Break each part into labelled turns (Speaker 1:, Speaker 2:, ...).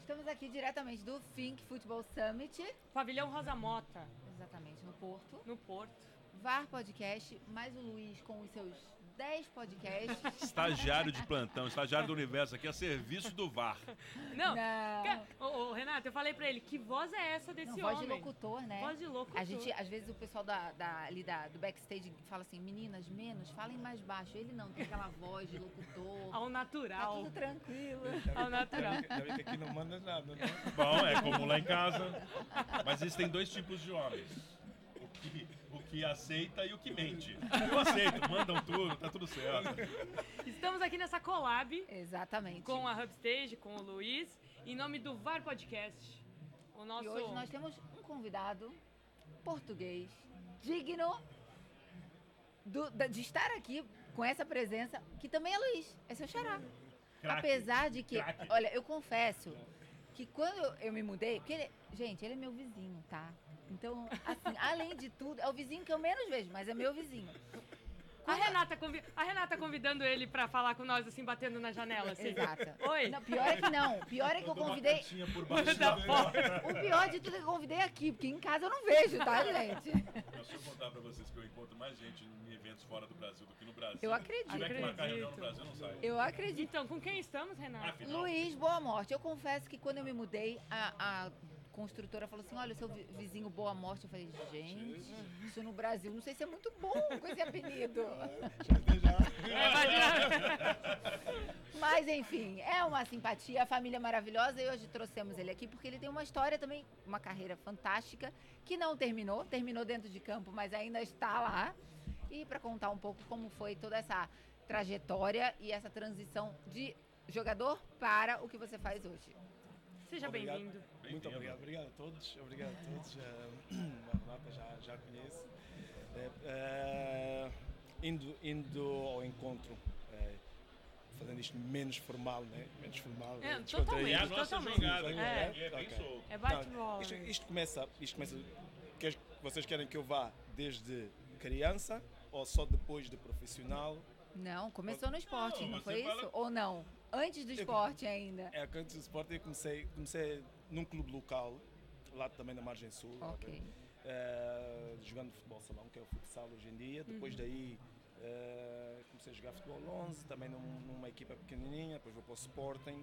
Speaker 1: Estamos aqui diretamente do Think Football Summit,
Speaker 2: Pavilhão Rosa Mota,
Speaker 1: exatamente no Porto.
Speaker 2: no Porto.
Speaker 1: VAR Podcast, mais o Luiz com os seus 10 podcasts.
Speaker 3: Estagiário de plantão, estagiário do universo aqui a serviço do VAR.
Speaker 2: Não,
Speaker 1: Não.
Speaker 2: ca- Ô, ô, Renato, eu falei pra ele, que voz é essa desse
Speaker 1: Não, voz de
Speaker 2: homem?
Speaker 1: locutor, né?
Speaker 2: Voz de locutor.
Speaker 1: A gente, às vezes, o pessoal da, da- ali da- do backstage fala assim, meninas, menos, falem mais baixo. Ele não, tem aquela voz de locutor.
Speaker 2: Ao
Speaker 1: Tá
Speaker 2: natural.
Speaker 1: tudo tranquilo.
Speaker 2: Ao natural.
Speaker 4: Ainda Tá bem que aqui não manda nada, né?
Speaker 3: Bom, é como lá em casa. Mas existem dois tipos de homens. O que, o que aceita e o que mente. Eu aceito, mandam tudo, tá tudo certo.
Speaker 2: Estamos aqui nessa collab
Speaker 1: Exatamente.
Speaker 2: com a Hubstage, com o Luiz, em nome do VAR Podcast. O nosso...
Speaker 1: E hoje nós temos um convidado português, digno do- da- de estar aqui com essa presença, que também é Luiz, é seu xará.
Speaker 3: Craque,
Speaker 1: Apesar de que,
Speaker 3: craque.
Speaker 1: olha, eu confesso que quando eu- eu me mudei, porque ele, gente, ele é meu vizinho, tá? Então, assim, além de tudo, é o vizinho que eu menos vejo, mas é meu vizinho.
Speaker 2: A
Speaker 3: Ah,
Speaker 2: Renata, convi- a Renata convidando ele pra falar com nós, assim, batendo na janela, assim.
Speaker 1: Exata.
Speaker 2: Oi. Tá
Speaker 1: Não, pior é que não. Pior é que eu
Speaker 3: Dou uma
Speaker 1: convidei.
Speaker 3: cartinha por baixo
Speaker 2: Da
Speaker 3: da tá
Speaker 2: porta.
Speaker 1: O pior de tudo é que eu convidei aqui, porque em casa eu não vejo, tá, gente?
Speaker 3: Deixa eu contar pra vocês que eu encontro mais gente em eventos fora do Brasil do que no Brasil.
Speaker 1: Eu acredito.
Speaker 3: Se tiver que marcar reunião no
Speaker 2: Acredito.
Speaker 3: Brasil, eu não sai.
Speaker 1: Eu acredito.
Speaker 2: Então, com quem estamos, Renata?
Speaker 3: Afinal,
Speaker 1: Luiz, boa morte. Eu confesso que quando eu me mudei, a, a construtora falou assim: olha, o seu vi- vizinho Boa Morte. Eu falei, gente, isso no Brasil, não sei se é muito bom com esse apelido.
Speaker 2: É, imagina-
Speaker 1: Mas enfim, é uma simpatia, a família é maravilhosa e hoje trouxemos ele aqui porque ele tem uma história também, uma carreira fantástica que não terminou, terminou dentro de campo, mas ainda está lá. E para contar um pouco como foi toda essa trajetória e essa transição de jogador para o que você faz hoje.
Speaker 2: Seja
Speaker 4: Obrigado.
Speaker 2: bem-vindo.
Speaker 3: Bem-vindo.
Speaker 4: Muito obrigado, obrigado a todos, obrigado a todos. eh, A Renata já, já conhece. Eh, eh, indo, indo ao encontro, eh, fazendo isto menos formal, né? Menos formal.
Speaker 2: É,
Speaker 4: eh,
Speaker 3: é a
Speaker 4: descontraído.
Speaker 2: totalmente.
Speaker 3: nossa
Speaker 2: Totalmente.
Speaker 3: jogada,
Speaker 4: É,
Speaker 3: é, é bem
Speaker 4: ok.
Speaker 3: solto.
Speaker 2: É
Speaker 4: Não,
Speaker 2: bate-bola.
Speaker 4: Isto, isto começa, isto começa. queres- vocês querem que eu vá desde criança ou só depois de profissional?
Speaker 1: Não, começou no esporte, não,
Speaker 3: Não,
Speaker 1: foi
Speaker 3: você fala-
Speaker 1: isso? Ou não? Antes do esporte ainda.
Speaker 4: É, antes do Sporting eu comecei, comecei num clube local, lá também na Margem Sul,
Speaker 1: Ok.
Speaker 4: eh, jogando futebol salão, que é o futsal hoje em dia. Depois
Speaker 2: Uhum.
Speaker 4: daí eh, comecei a jogar futebol 11, também num- numa equipa pequenininha, depois vou para o Sporting.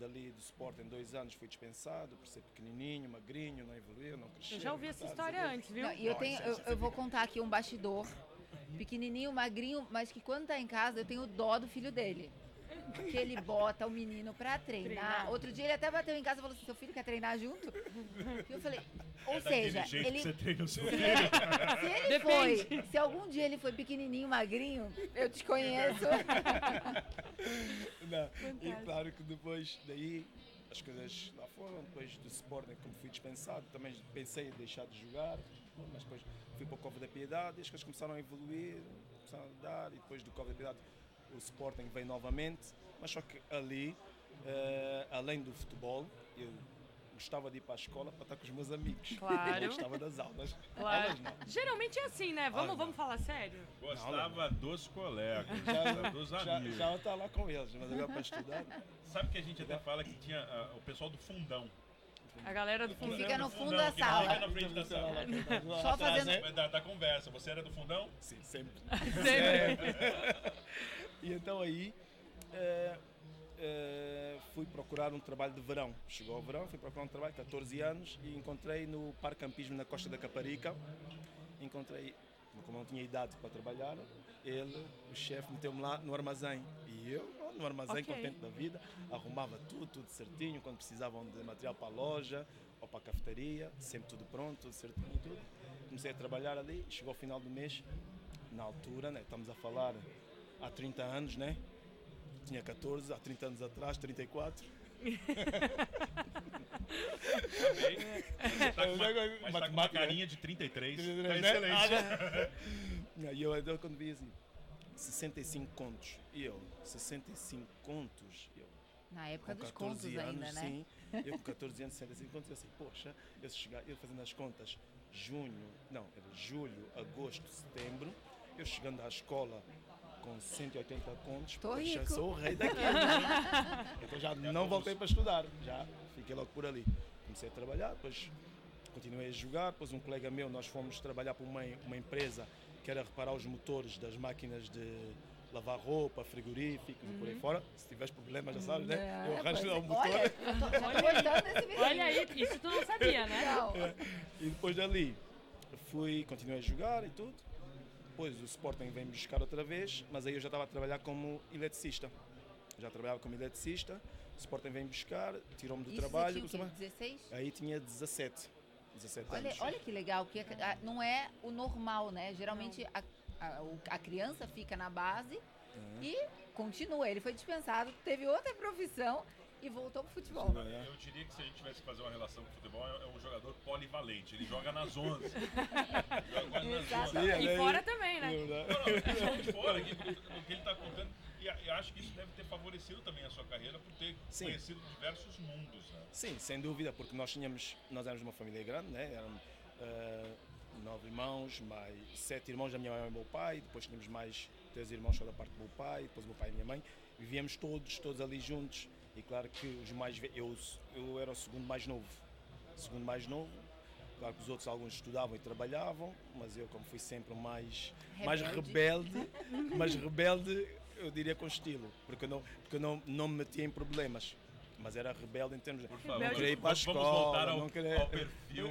Speaker 4: Dali do Sporting, dois anos, fui dispensado por ser pequenininho, magrinho, não evoluiu, não tá cresceu.
Speaker 2: Eu já ouvi essa
Speaker 4: graças a
Speaker 2: história
Speaker 4: Deus.
Speaker 2: antes, viu?
Speaker 1: Não, e eu,
Speaker 4: Não,
Speaker 1: tenho,
Speaker 4: isso é-
Speaker 1: eu,
Speaker 4: isso é
Speaker 1: eu vou contar aqui um bastidor. Pequenininho, magrinho, mas que quando tá em casa eu tenho dó do filho dele. Que ele bota o menino pra treinar.
Speaker 2: Treinar.
Speaker 1: Outro dia ele até bateu em casa e falou assim: seu filho quer treinar junto? E eu falei: ou
Speaker 3: É daquele
Speaker 1: seja,
Speaker 3: jeito
Speaker 1: ele,
Speaker 3: que você tá." treina o seu
Speaker 1: se
Speaker 3: filho.
Speaker 1: ele, se ele
Speaker 2: Depende.
Speaker 1: foi, se algum dia ele foi pequenininho, magrinho, eu te conheço.
Speaker 4: Não, E claro que depois daí as coisas lá foram, depois do Sporting, como fui dispensado, também pensei em deixar de jogar, mas depois fui para o Cova da Piedade, e as coisas começaram a evoluir, começaram a dar, e depois do Cova da Piedade o Sporting veio novamente, mas só que ali, eh, além do futebol, eu gostava de ir para a escola para estar com os meus amigos.
Speaker 2: Claro.
Speaker 4: Não gostava das aulas.
Speaker 2: Claro.
Speaker 4: Aulas não.
Speaker 2: Geralmente é assim, né? Vamos,
Speaker 4: Olha.
Speaker 2: vamos falar sério?
Speaker 3: Gostava dos colegas, dos
Speaker 4: Já,
Speaker 3: amigos.
Speaker 4: já estava lá com eles, mas agora para estudar,
Speaker 3: Sabe que a gente até fala que tinha ah, o pessoal do fundão.
Speaker 2: A galera do
Speaker 3: Que
Speaker 2: fundo.
Speaker 1: fica no fundo da
Speaker 3: que não
Speaker 1: sala.
Speaker 3: Fica na frente da sala.
Speaker 1: Só
Speaker 3: Atrás né?
Speaker 1: fazendo-
Speaker 3: da- da, da conversa. Você era do fundão?
Speaker 4: Sim, sempre.
Speaker 2: Sempre.
Speaker 4: E então aí eh, eh, fui procurar um trabalho de verão. Chegou o verão, fui procurar um trabalho, 14 anos, e encontrei no Parque Campismo na Costa da Caparica. Encontrei, como não tinha idade para trabalhar, ele, o chefe, meteu-me lá no armazém. E eu, ó, no armazém,
Speaker 2: Ok.
Speaker 4: contente da vida, arrumava tudo, tudo certinho, quando precisavam de material para a loja ou para a cafetaria, sempre tudo pronto, tudo certinho, tudo. Comecei a trabalhar ali, chegou ao final do mês, na altura, né, estamos a falar há 30 anos, né? Tinha 14, há 30 anos atrás, 34.
Speaker 3: Também. Você tá com uma,
Speaker 4: Matemática,
Speaker 3: mas tá com uma
Speaker 4: né?
Speaker 3: carinha de 33. Tá
Speaker 4: Né?
Speaker 3: excelente.
Speaker 4: Não, E eu adoro quando vi assim, 65 contos. E eu, 65 contos? Eu,
Speaker 1: Na época
Speaker 4: com
Speaker 1: dos contos
Speaker 4: 14
Speaker 1: ainda,
Speaker 4: anos,
Speaker 1: né?
Speaker 4: sim. Eu com 14 anos, 65 contos, eu assim, poxa, eu, se chegar, eu fazendo as contas, junho, não, era julho, agosto, setembro, eu chegando à escola com 180 contos.
Speaker 1: Tô
Speaker 4: poxa,
Speaker 1: rico.
Speaker 4: sou o rei daqui. né? então já não
Speaker 3: vamos.
Speaker 4: voltei para estudar, já fiquei logo por ali. Comecei a trabalhar, depois continuei a jogar, depois um colega meu, nós fomos trabalhar para uma, em- uma empresa que era reparar os motores das máquinas de lavar roupa, frigoríficos e
Speaker 1: Uhum.
Speaker 4: por aí fora. Se tiveres problemas, já sabes, né? Eu arranjo lá o motor.
Speaker 1: É, Olha, eu tô, já tô gostando desse vídeo.
Speaker 2: Olha aí, isso tu não sabia, né?
Speaker 1: Não.
Speaker 4: É, E depois dali fui, continuei a jogar e tudo. Depois o Sporting veio me buscar outra vez, mas aí eu já estava a trabalhar como eletricista. Já trabalhava como eletricista, o Sporting veio me buscar, tirou-me do
Speaker 1: Isso
Speaker 4: trabalho. É, tá
Speaker 1: você tinha o
Speaker 4: começou-
Speaker 1: quê? 16?
Speaker 4: Aí tinha 17. 17
Speaker 1: Olha,
Speaker 4: anos.
Speaker 1: olha que legal, que a- a- não é o normal, né? Geralmente a, a- o- a criança fica na base
Speaker 4: É.
Speaker 1: e continua. Ele foi dispensado, teve outra profissão e voltou pro futebol.
Speaker 4: É.
Speaker 3: Eu diria que se a gente tivesse que fazer uma relação com o futebol, é é um jogador polivalente. Ele joga nas 11. joga quase nas 11.
Speaker 1: Exatamente.
Speaker 2: E fora também, né?
Speaker 3: Não, não, isso é de fora, que- o que ele está contando. E a- eu acho que isso deve ter favorecido também a sua carreira por ter
Speaker 4: Sim.
Speaker 3: conhecido diversos mundos. Né?
Speaker 4: Sim, sem dúvida, porque nós tínhamos, nós éramos uma família grande, né? Éramos ah, nove irmãos, mais sete irmãos da minha mãe e do meu pai, depois tínhamos mais três irmãos só da parte do meu pai, depois o meu pai e a minha mãe. Vivíamos todos, todos ali juntos. E claro que os mais ve- eu, eu era o segundo mais novo. Segundo mais novo. Claro que os outros alguns estudavam e trabalhavam, mas eu como fui sempre o mais mais rebelde, mas rebelde, eu diria com estilo, porque eu não, porque eu não, não me metia em problemas, mas era rebelde em termos de
Speaker 3: Por favor,
Speaker 4: não queria ir para a
Speaker 3: vamos,
Speaker 4: escola,
Speaker 3: vamos voltar ao,
Speaker 4: não queria...
Speaker 3: ao perfil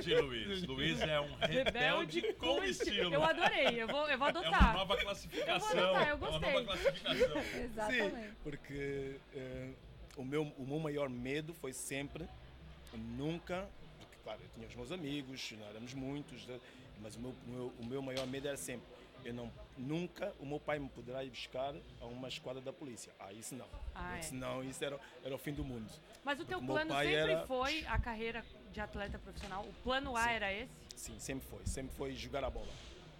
Speaker 3: de Luiz. Luiz é um rebelde com estilo.
Speaker 2: Eu adorei, eu vou, eu vou
Speaker 3: É uma
Speaker 2: adotar.
Speaker 3: nova classificação.
Speaker 2: Eu vou anotar, eu
Speaker 3: É
Speaker 2: gostei.
Speaker 3: uma nova classificação.
Speaker 1: Exatamente.
Speaker 4: Sim, porque eh, o, meu, o meu maior medo foi sempre, nunca, porque claro, eu tinha os meus amigos, não éramos muitos, né, mas o meu, o meu, o meu maior medo era sempre, eu não, nunca o meu pai me poderá ir buscar a uma esquadra da polícia. Ah, isso não.
Speaker 2: Ah, é.
Speaker 4: isso não, isso era, era o fim do mundo.
Speaker 2: Mas o teu
Speaker 4: Meu
Speaker 2: plano
Speaker 4: pai
Speaker 2: sempre
Speaker 4: era-
Speaker 2: foi a carreira de atleta profissional? O plano A
Speaker 4: Sim.
Speaker 2: era esse?
Speaker 4: Sim, sempre foi. Sempre foi jogar a bola.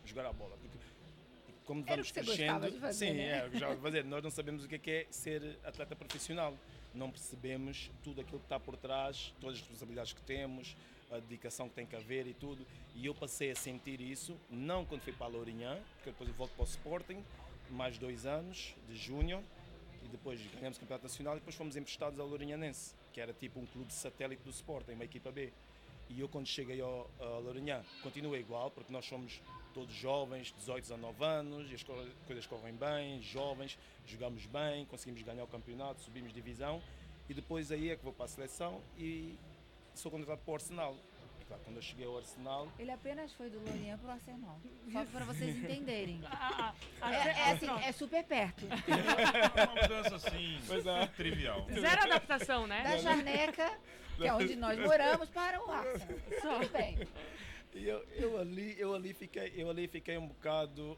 Speaker 4: Jogar a bola. Porque como
Speaker 1: Era o
Speaker 4: vamos
Speaker 1: que você gostava
Speaker 4: crescendo.
Speaker 1: de fazer,
Speaker 4: sim,
Speaker 1: né?
Speaker 4: é, o que já fazer. Nós não sabemos o que é, que é ser atleta profissional. Não percebemos tudo aquilo que está por trás, todas as responsabilidades que temos, a dedicação que tem que haver e tudo. E eu passei a sentir isso, não quando fui para a Lourinhã, porque depois eu volto para o Sporting, mais dois anos de júnior, e depois ganhamos o Campeonato Nacional e depois fomos emprestados ao Lourinhanense, que era tipo um clube satélite do Sporting, uma equipa B. E eu quando cheguei ao, ao Lourinhã, continua igual, porque nós somos todos jovens, 18 a 9 anos, e as co- coisas correm bem, jovens, jogamos bem, conseguimos ganhar o campeonato, subimos divisão, e depois aí é que vou para a seleção e sou contratado para o Arsenal. E claro, quando eu cheguei ao Arsenal,
Speaker 1: Ele apenas foi do Lourinhã pro Arsenal. Só pra vocês entenderem.
Speaker 2: Ah, ah, ah,
Speaker 1: É,
Speaker 2: zero-
Speaker 1: é assim,
Speaker 2: pronto.
Speaker 1: é super perto.
Speaker 3: É uma mudança assim,
Speaker 4: é.
Speaker 3: trivial.
Speaker 2: Zero adaptação, né?
Speaker 1: Da Janeca, que é onde nós moramos, para o Arsenal. Tudo bem.
Speaker 4: E eu, eu ali, eu ali fiquei, eu ali fiquei um bocado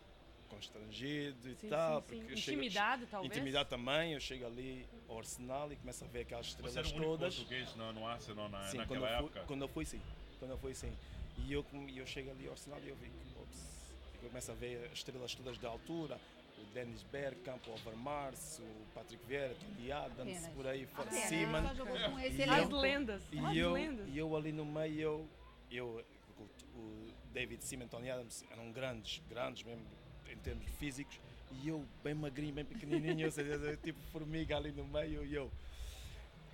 Speaker 4: constrangido e
Speaker 2: Sim,
Speaker 4: tal,
Speaker 2: sim, sim.
Speaker 4: porque eu chego-
Speaker 2: Intimidado, talvez?
Speaker 4: intimidado também, eu chego ali ao Arsenal e começo a ver aquelas
Speaker 3: Você era
Speaker 4: estrelas
Speaker 3: o único
Speaker 4: todas.
Speaker 3: português no, no Arsenal na,
Speaker 4: Sim, quando
Speaker 3: naquela
Speaker 4: eu, fui,
Speaker 3: época?
Speaker 4: quando eu fui sim, quando eu fui sim. E eu, com- eu chego ali ao Arsenal e eu vi, que, ops, eu começo a ver as estrelas todas da altura, o Dennis Bergkamp, o Overmars, o Patrick Vieira, Tony Adams,
Speaker 1: Apenas.
Speaker 4: por aí fora,
Speaker 1: Apenas,
Speaker 4: Seaman.
Speaker 1: só jogou com esse
Speaker 4: E eu-
Speaker 2: As
Speaker 1: elenco.
Speaker 2: lendas. As
Speaker 4: E eu,
Speaker 2: lendas.
Speaker 4: e eu ali no meio, eu, eu o, o David Seaman, Tony Adams eram grandes, grandes mesmo em termos físicos, e eu bem magrinho, bem pequenininho, ou seja, eu tipo formiga ali no meio, e eu.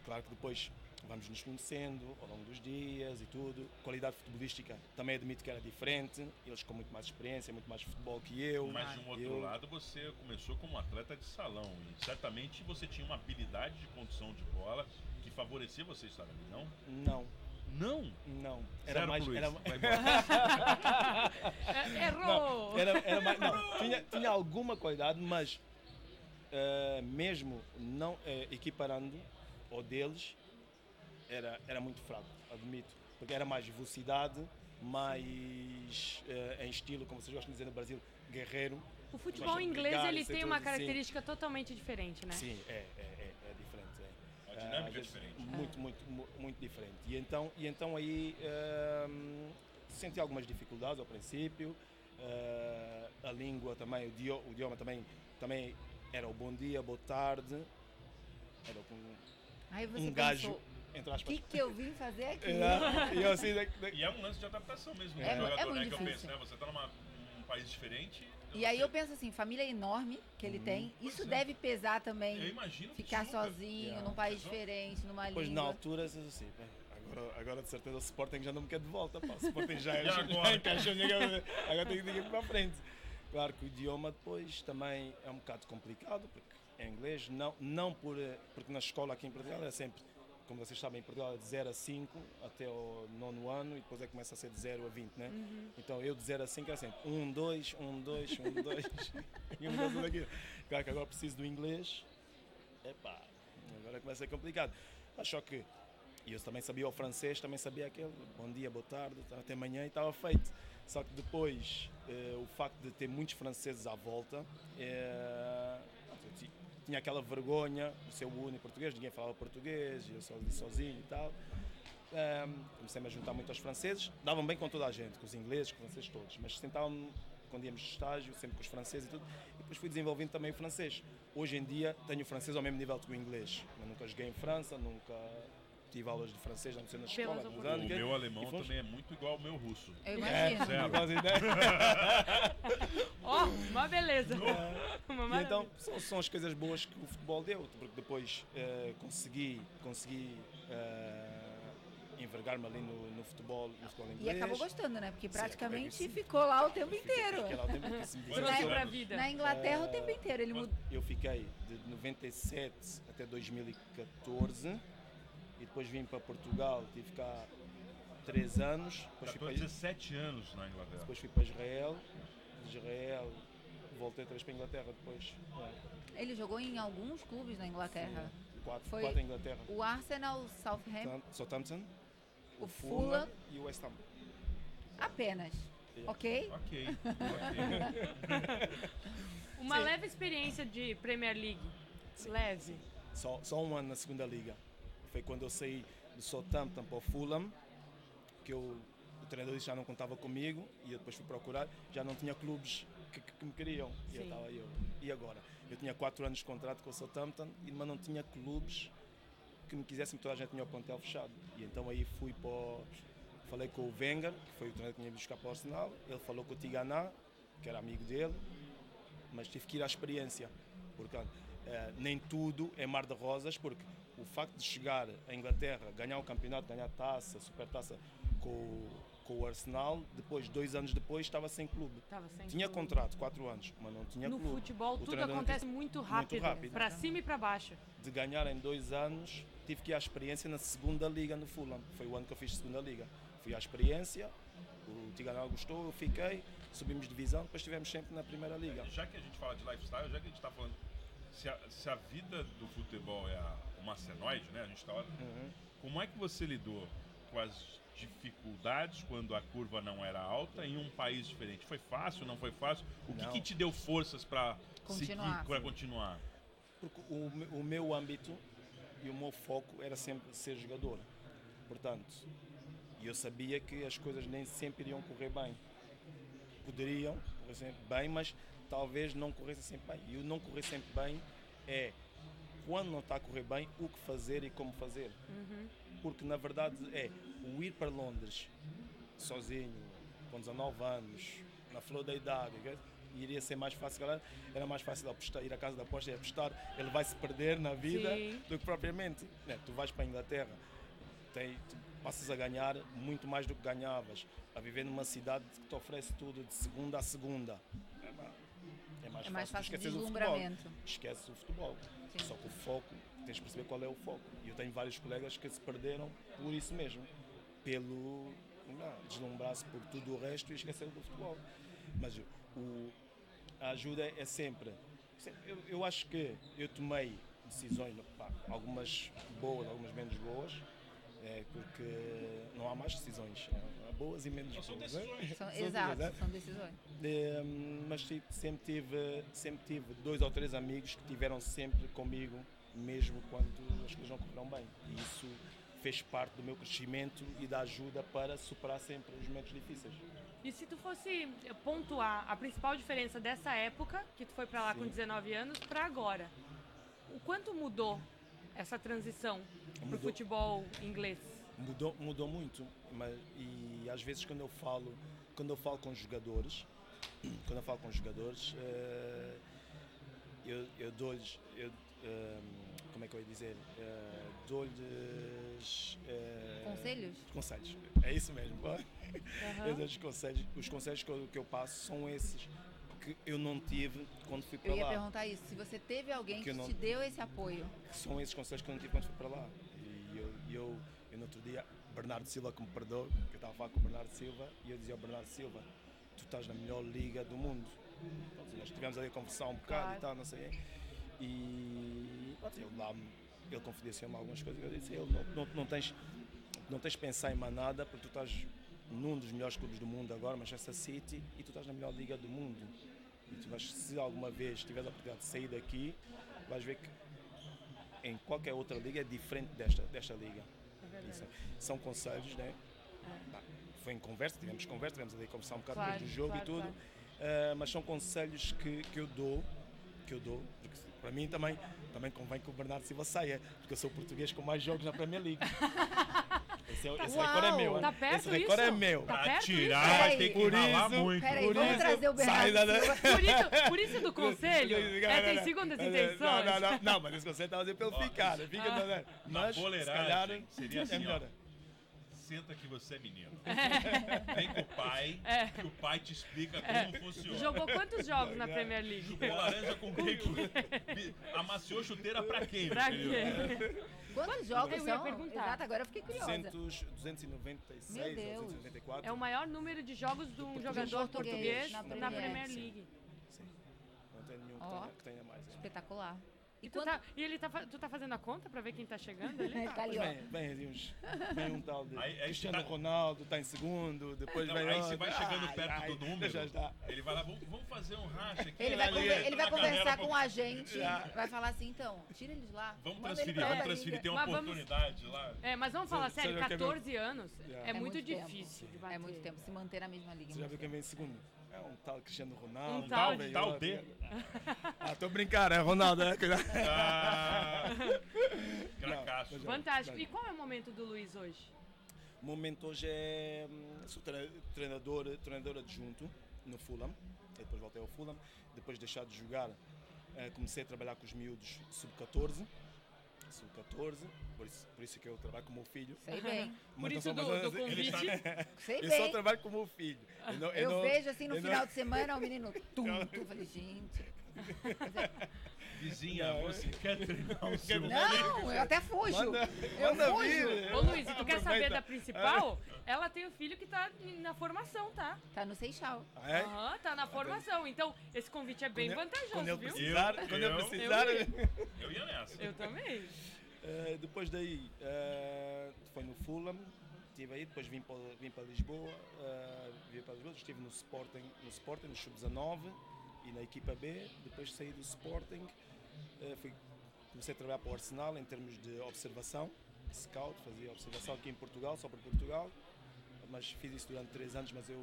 Speaker 4: Claro que depois vamos nos conhecendo ao longo dos dias e tudo. Qualidade futebolística também admito que era diferente, eles com muito mais experiência, muito mais futebol que eu.
Speaker 3: Mas de um outro
Speaker 4: eu,
Speaker 3: lado, você começou como um atleta de salão e certamente você tinha uma habilidade de condução de bola que favorecia você estar ali, não?
Speaker 4: Não,
Speaker 3: Não!
Speaker 4: não.
Speaker 3: Zero pro Luiz.
Speaker 4: era-
Speaker 3: Vai embora.
Speaker 2: É- Errou!
Speaker 4: Não, era, era mais, não, tinha, tinha alguma qualidade, mas eh, mesmo não eh, equiparando ao deles, era, era muito fraco, admito. Porque era mais velocidade, mais eh, em estilo, como vocês gostam de dizer no Brasil, guerreiro.
Speaker 2: O futebol
Speaker 4: Gosta de
Speaker 2: inglês
Speaker 4: brigar,
Speaker 2: ele
Speaker 4: isso é
Speaker 2: tem uma
Speaker 4: tudo, sim.
Speaker 2: característica totalmente diferente, né?
Speaker 4: Sim, é, é, é, é diferente. é.
Speaker 3: A
Speaker 4: Ah, às
Speaker 3: dinâmica é
Speaker 4: vezes,
Speaker 3: diferente.
Speaker 4: Muito, muito, mu- muito diferente. E então, e então aí ahm, senti algumas dificuldades ao princípio. Ah, a língua também, o idioma, o idioma também, também era o bom dia, boa tarde. Era com
Speaker 1: Aí você pensou,
Speaker 4: um gajo, É. entre
Speaker 1: o
Speaker 4: aspas.
Speaker 1: que, que eu vim fazer aqui?
Speaker 4: Era- e eu assim, da- da-
Speaker 3: E é um lance de adaptação mesmo,
Speaker 1: É,
Speaker 3: do jogador,
Speaker 1: é muito
Speaker 3: né? Que eu
Speaker 1: difícil.
Speaker 3: penso, né? Você tá numa- num país diferente,
Speaker 1: E aí eu penso assim, família enorme que ele tem,
Speaker 3: pois
Speaker 1: isso
Speaker 3: é.
Speaker 1: deve pesar também.
Speaker 3: Eu imagino que É.
Speaker 1: Ficar
Speaker 3: super.
Speaker 1: sozinho,
Speaker 4: Yeah.
Speaker 1: num país
Speaker 3: Pesou?
Speaker 1: diferente, numa
Speaker 4: Pois na
Speaker 1: língua.
Speaker 4: altura, assim, assim, bem, agora, agora de certeza o Sporting já não me quer de volta. Pá. O Sporting já,
Speaker 3: E
Speaker 4: já
Speaker 3: agora?
Speaker 4: encaixou minha cabeça. Agora tenho que ir para a frente. Claro que o idioma depois também é um bocado complicado, porque é inglês, não, não por, eh, porque na escola aqui em Portugal é sempre, como vocês sabem, em Portugal é de 0 a 5 até o nono ano e depois é que começa a ser de 0 a 20, né? Então eu de 0 a 5 era sempre 1, 2, 1, 2, 1, 2. um, E eu me gosto daquilo. Claro que agora preciso do inglês, Epá, agora começa a ser complicado. Mas só que e eu também sabia o francês, também sabia aquele bom dia, boa tarde, tá- até amanhã e estava feito. Só que depois eh, o facto de ter muitos franceses à volta, eh, eu ti- tinha aquela vergonha de ser o único português, ninguém falava português, eu só li sozinho e tal. Ahm, comecei-me a juntar muito aos franceses, davam bem com toda a gente, com os ingleses, com os franceses todos, mas sentavam-me quando íamos de estágio, sempre com os franceses e tudo, e depois fui desenvolvendo também o francês. Hoje em dia tenho o francês ao mesmo nível que o inglês, eu nunca joguei em França, nunca tive aulas de francês, não sei na
Speaker 1: é
Speaker 4: escola,
Speaker 2: Pelas
Speaker 4: nos
Speaker 3: O
Speaker 4: anos,
Speaker 3: meu alemão
Speaker 4: e fomos-
Speaker 3: também é muito igual ao meu russo.
Speaker 1: Eu
Speaker 4: É,
Speaker 1: imagino.
Speaker 3: Zero.
Speaker 4: não faz ideia.
Speaker 2: Ó, uma beleza. Uma
Speaker 4: E
Speaker 2: maravilha.
Speaker 4: então são, são as coisas boas que o futebol deu, porque depois eh, consegui, consegui eh, envergar-me ali no, no futebol, no futebol
Speaker 1: E
Speaker 4: inglês.
Speaker 1: acabou gostando, né?
Speaker 3: é,
Speaker 1: Porque
Speaker 4: Sim, acabei
Speaker 1: praticamente
Speaker 4: gostando.
Speaker 1: ficou lá o tempo
Speaker 4: Fiquei-
Speaker 1: inteiro. é
Speaker 4: fiquei lá o tempo que se me
Speaker 3: Foi
Speaker 4: disse.
Speaker 2: Veio
Speaker 3: lá.
Speaker 2: pra vida.
Speaker 1: Na Inglaterra o
Speaker 4: Eh,
Speaker 3: É.
Speaker 1: tempo inteiro. Ele mudou.
Speaker 4: Eu fiquei de 97 até 2014 e depois vim para Portugal, tive cá 3 anos, depois fui,
Speaker 3: Estou
Speaker 4: para,
Speaker 3: 17 anos na Inglaterra.
Speaker 4: depois fui para Israel, de Israel voltei outra vez para a Inglaterra depois.
Speaker 1: Ele jogou em alguns clubes na Inglaterra.
Speaker 4: 4
Speaker 1: Foi-
Speaker 4: para a Inglaterra.
Speaker 1: O Arsenal, o Southampton,
Speaker 4: Tam- Southampton,
Speaker 1: o Fulham,
Speaker 4: e o West Ham. Tá.
Speaker 1: apenas.
Speaker 4: Yeah.
Speaker 1: Ok?
Speaker 3: Ok, ok.
Speaker 2: Uma
Speaker 4: Sim.
Speaker 2: leve experiência de Premier League. Leve.
Speaker 4: Só, só um ano na segunda liga. Foi quando eu saí do Southampton para o Fulham, que eu, o treinador disse que já não contava comigo, e eu depois fui procurar, já não tinha clubes que, que- que me queriam. E eu
Speaker 2: Sim.
Speaker 4: estava aí, eu, e agora? Eu tinha quatro anos de contrato com o Southampton, e- mas não tinha clubes que me quisessem, toda a gente tinha o plantel fechado. E então aí fui para o- Falei com o Wenger, que foi o treinador que tinha ido buscar para o Arsenal, ele falou com o Tiganá, que era amigo dele, mas tive que ir à experiência. Portanto, eh, nem tudo é mar de rosas, porque o facto de chegar à Inglaterra, ganhar o campeonato, ganhar a taça, a supertaça com, o- com o Arsenal, depois, dois anos depois, estava sem clube.
Speaker 2: Tava sem
Speaker 4: Tinha
Speaker 2: clube.
Speaker 4: contrato, quatro anos, mas não tinha
Speaker 2: No
Speaker 4: clube.
Speaker 2: futebol
Speaker 4: O
Speaker 2: tudo
Speaker 4: treinador
Speaker 2: acontece muito rápido,
Speaker 4: rápido.
Speaker 2: pra cima e pra baixo.
Speaker 4: De ganhar em dois anos, tive que ir à experiência na segunda liga no Fulham. Foi o ano que eu fiz segunda liga. Fui à experiência, o Tiganal gostou, eu fiquei, subimos divisão, depois estivemos sempre na primeira liga.
Speaker 3: Já que a gente fala de lifestyle, já que a gente está falando. Se a, se a vida do futebol é a, uma senoide, né? A gente tá,
Speaker 4: Uhum.
Speaker 3: Como é que você lidou com as dificuldades quando a curva não era alta em um país diferente? Foi fácil, não foi fácil? O que,
Speaker 4: Não.
Speaker 3: que te deu forças para
Speaker 1: Continuar.
Speaker 3: seguir, para continuar?
Speaker 4: Porque o, me- o meu âmbito e o meu foco era sempre ser jogador. Portanto, eu sabia que as coisas nem sempre iriam correr bem. Poderiam correr sempre bem, mas talvez não corressem sempre bem. E o não correr sempre bem é, quando não está a correr bem, o que fazer e como fazer. Porque, na verdade, é o ir para Londres sozinho, com 19 anos, na flor da idade, ok? iria ser mais fácil, galera. Era mais fácil apostar, ir à casa da aposta e apostar. Ele vai se perder na vida
Speaker 2: Sim.
Speaker 4: do que propriamente. né? Tu vais para a Inglaterra, tem, tu passas a ganhar muito mais do que ganhavas, a viver numa cidade que te oferece tudo de segunda a segunda. É ma- É mais,
Speaker 1: É mais fácil
Speaker 4: fácil, tu
Speaker 1: de
Speaker 4: esqueces o futebol.
Speaker 1: deslumbramento.
Speaker 4: Esqueces o futebol.
Speaker 1: Sim.
Speaker 4: Só que o foco, tens de perceber qual é o foco. E eu tenho vários colegas que se perderam por isso mesmo. Pelo não, deslumbrar-se por tudo o resto e esquecer do futebol. Mas o, a ajuda é sempre. sempre- Eu, eu acho que eu tomei decisões, pá, algumas boas, algumas menos boas, é, porque não há mais decisões. Há boas e menos boas. né?
Speaker 1: São,
Speaker 4: São né?
Speaker 1: exato,
Speaker 4: decisões.
Speaker 1: são decisões.
Speaker 4: Eh, mas ti- sempre tive, sempre tive dois ou três amigos que tiveram sempre comigo, mesmo quando as coisas não correram bem. E isso fez parte do meu crescimento e da ajuda para superar sempre os momentos difíceis.
Speaker 2: E se tu fosse eh, pontuar a principal diferença dessa época, que tu foi pra lá com
Speaker 4: Sim.
Speaker 2: 19 anos, pra agora, o quanto mudou essa transição pro
Speaker 4: Mudou.
Speaker 2: futebol inglês?
Speaker 4: Mudou, mudou muito, mas, e às vezes quando eu falo, quando eu falo com os jogadores, quando eu falo com os jogadores, eh, eu, eu dou-lhes, eu, eh, como é que eu ia dizer, Eh, dou-lhes... eh,
Speaker 1: Conselhos?
Speaker 4: Conselhos, é isso mesmo. Eu dou-lhes conselhos, os conselhos que eu, que eu passo são esses que eu não tive quando fui para
Speaker 1: Eu ia
Speaker 4: lá.
Speaker 1: perguntar isso, se você teve alguém
Speaker 4: Que
Speaker 1: que,
Speaker 4: eu não-
Speaker 1: te deu esse apoio.
Speaker 4: que são esses conselhos que eu não tive quando fui para lá. E eu, e eu, eu no outro dia, Bernardo Silva que me perdoou, que eu estava a falar com o Bernardo Silva, e eu dizia ao Bernardo Silva, tu estás na melhor liga do mundo. Pronto, nós tivemos ali a conversar um bocado
Speaker 1: Claro.
Speaker 4: e tal, não sei. E pronto, ele lá, me- ele confidenciou-me algumas coisas, eu disse, ele, não, não, não tens não tens de pensar em manada porque tu estás num dos melhores clubes do mundo agora, Manchester City, e tu estás na melhor liga do mundo. E tu vais, se alguma vez tiveres a oportunidade de sair daqui, vais ver que em qualquer outra liga é diferente desta, desta liga.
Speaker 2: É
Speaker 4: Isso. é, São conselhos, né? Bah, Foi em conversa, tivemos conversa, tivemos ali a conversar um bocado
Speaker 2: Claro,
Speaker 4: depois do jogo
Speaker 2: claro,
Speaker 4: e tudo,
Speaker 2: claro.
Speaker 4: Ah, mas são conselhos que, que eu dou, que eu dou, porque se- para mim também, também convém que o Bernardo Silva saia, porque eu sou o português com mais jogos na Premier League. Esse, é, esse
Speaker 1: Uau!
Speaker 4: recorde é meu, hein?
Speaker 2: Tá perto
Speaker 4: esse recorde
Speaker 2: isso?
Speaker 4: é meu.
Speaker 2: Tá
Speaker 3: Pra
Speaker 2: perto
Speaker 3: tirar, vai
Speaker 1: isso?
Speaker 3: ter que
Speaker 4: Por
Speaker 3: ralar
Speaker 4: isso-
Speaker 3: muito.
Speaker 1: Peraí,
Speaker 4: Por
Speaker 1: vamos
Speaker 4: isso-
Speaker 1: trazer o
Speaker 4: Sai
Speaker 1: Bernardo
Speaker 4: da-
Speaker 1: Silva.
Speaker 2: Por isso, por isso do conselho, é, tem segundas
Speaker 4: Não, não,
Speaker 2: intenções. Ah.
Speaker 4: Não, não, não, não, mas esse conselho estava a dizer para ele ficar. né? Fica, não, não. Mas, se
Speaker 3: boleiragem,
Speaker 4: calhar,
Speaker 3: seria assim,
Speaker 4: é
Speaker 3: ó.
Speaker 4: melhor.
Speaker 3: Senta que você é menino. Vem com o pai, que o pai te explica como funciona.
Speaker 2: Jogou quantos jogos na Premier League?
Speaker 3: Chupou laranja com quem? Amaciou chuteira pra quem? meu
Speaker 2: Pra
Speaker 3: querido?
Speaker 2: quê?
Speaker 1: Quantos jogos
Speaker 2: Eu ia
Speaker 1: são?
Speaker 2: perguntar.
Speaker 1: Exato, agora eu fiquei curiosa.
Speaker 4: 200, 296
Speaker 1: Meu Deus.
Speaker 4: ou 294.
Speaker 2: É o maior número de jogos de um jogador
Speaker 1: português
Speaker 2: português, na
Speaker 1: na
Speaker 2: Premier
Speaker 1: Premier
Speaker 2: League.
Speaker 4: Sim. Não tem nenhum que
Speaker 1: Ó.
Speaker 4: tenha- que tenha mais. é.
Speaker 1: Espetacular. E
Speaker 2: E, tu
Speaker 1: quando
Speaker 2: tá, e ele tá, fa- tu tá fazendo a conta pra ver quem tá chegando ali?
Speaker 1: ele tá ali, ó.
Speaker 4: Vem, vem, ali uns- vem um tal de
Speaker 3: Aí- aí
Speaker 4: Cristiano
Speaker 3: tá-
Speaker 4: Ronaldo, está em segundo, depois
Speaker 3: Não,
Speaker 4: vem
Speaker 3: aí
Speaker 4: outro.
Speaker 3: você vai chegando
Speaker 4: Ai,
Speaker 3: perto
Speaker 4: ai,
Speaker 3: do número,
Speaker 4: Já tá. está.
Speaker 3: ele vai lá, vamos, vamos fazer um racha aqui.
Speaker 1: Ele vai,
Speaker 3: ali,
Speaker 1: conver- ele
Speaker 3: entra
Speaker 1: vai
Speaker 3: na
Speaker 1: conversar
Speaker 3: galera,
Speaker 1: com a gente,
Speaker 4: Já.
Speaker 1: vai falar assim, então, tira eles lá.
Speaker 3: Vamos
Speaker 1: manda ele
Speaker 3: transferir,
Speaker 1: pra
Speaker 3: vamos
Speaker 1: outra
Speaker 3: transferir,
Speaker 1: liga.
Speaker 3: tem uma
Speaker 2: Mas vamos-
Speaker 3: oportunidade lá.
Speaker 2: É, mas vamos falar
Speaker 4: Você-
Speaker 2: sério,
Speaker 4: você já quer ver o-
Speaker 2: 14 anos é,
Speaker 4: É
Speaker 2: muito
Speaker 1: muito tempo.
Speaker 2: difícil de bater.
Speaker 1: É muito tempo se manter na mesma liga.
Speaker 4: Você já viu quem vem em segundo? É um tal de Cristiano Ronaldo.
Speaker 2: Um tal
Speaker 4: vem
Speaker 2: de-
Speaker 3: tal
Speaker 4: outro.
Speaker 3: de.
Speaker 4: Ah, estou a brincar, é Ronaldo. É, cuidado.
Speaker 3: Ah, cracaço.
Speaker 4: mas
Speaker 2: Fantástico. E qual é o momento do Luiz hoje?
Speaker 4: O momento hoje é. hum, Sou tre- treinador, treinador adjunto no Fulham. Eu depois voltei ao Fulham. Depois de deixar de jogar, eh, comecei a trabalhar com os miúdos sub-14. Sub-14, por isso, por isso que eu trabalho com o meu filho.
Speaker 1: Sei bem,
Speaker 2: Por
Speaker 4: Muita
Speaker 2: isso do,
Speaker 4: confusão,
Speaker 2: do
Speaker 4: mas assim. ele- tá-
Speaker 2: convite.
Speaker 1: sei
Speaker 4: Eu só
Speaker 1: bem.
Speaker 4: trabalho com o meu filho. Eu, não- eu
Speaker 1: Eu
Speaker 4: não-
Speaker 1: vejo assim no
Speaker 4: eu não-
Speaker 1: final de semana o menino tum, tum. Eu falei, gente.
Speaker 3: Vizinha,
Speaker 4: Não,
Speaker 3: você quer treinar o seu
Speaker 1: Não, eu até fujo.
Speaker 4: Manda,
Speaker 1: Eu
Speaker 4: manda
Speaker 1: fujo.
Speaker 4: vir.
Speaker 2: Ô Luiz, e tu quer saber
Speaker 4: Aproveita.
Speaker 2: da principal? Ela tem o filho que tá na formação, tá?
Speaker 1: Tá no Seixal.
Speaker 4: Ah, é?
Speaker 2: Aham, tá na formação. Então, esse convite é bem
Speaker 4: Quando eu-
Speaker 2: vantajoso,
Speaker 4: Quando eu
Speaker 2: viu?
Speaker 4: precisar,
Speaker 3: Eu-
Speaker 4: quando eu
Speaker 3: eu-
Speaker 4: precisar.
Speaker 2: eu-
Speaker 3: Eu ia nessa.
Speaker 2: Eu também.
Speaker 4: Eh, depois daí, eh, foi no Fulham, estive aí, depois vim para, vim para Lisboa, eh, vim para Lisboa, estive no Sporting, no Sporting, no Sub-19 e na equipa B, depois saí do Sporting, eh, fui, comecei a trabalhar para o Arsenal em termos de observação, scout, fazia observação aqui em Portugal, só para Portugal, mas fiz isso durante três anos, mas eu,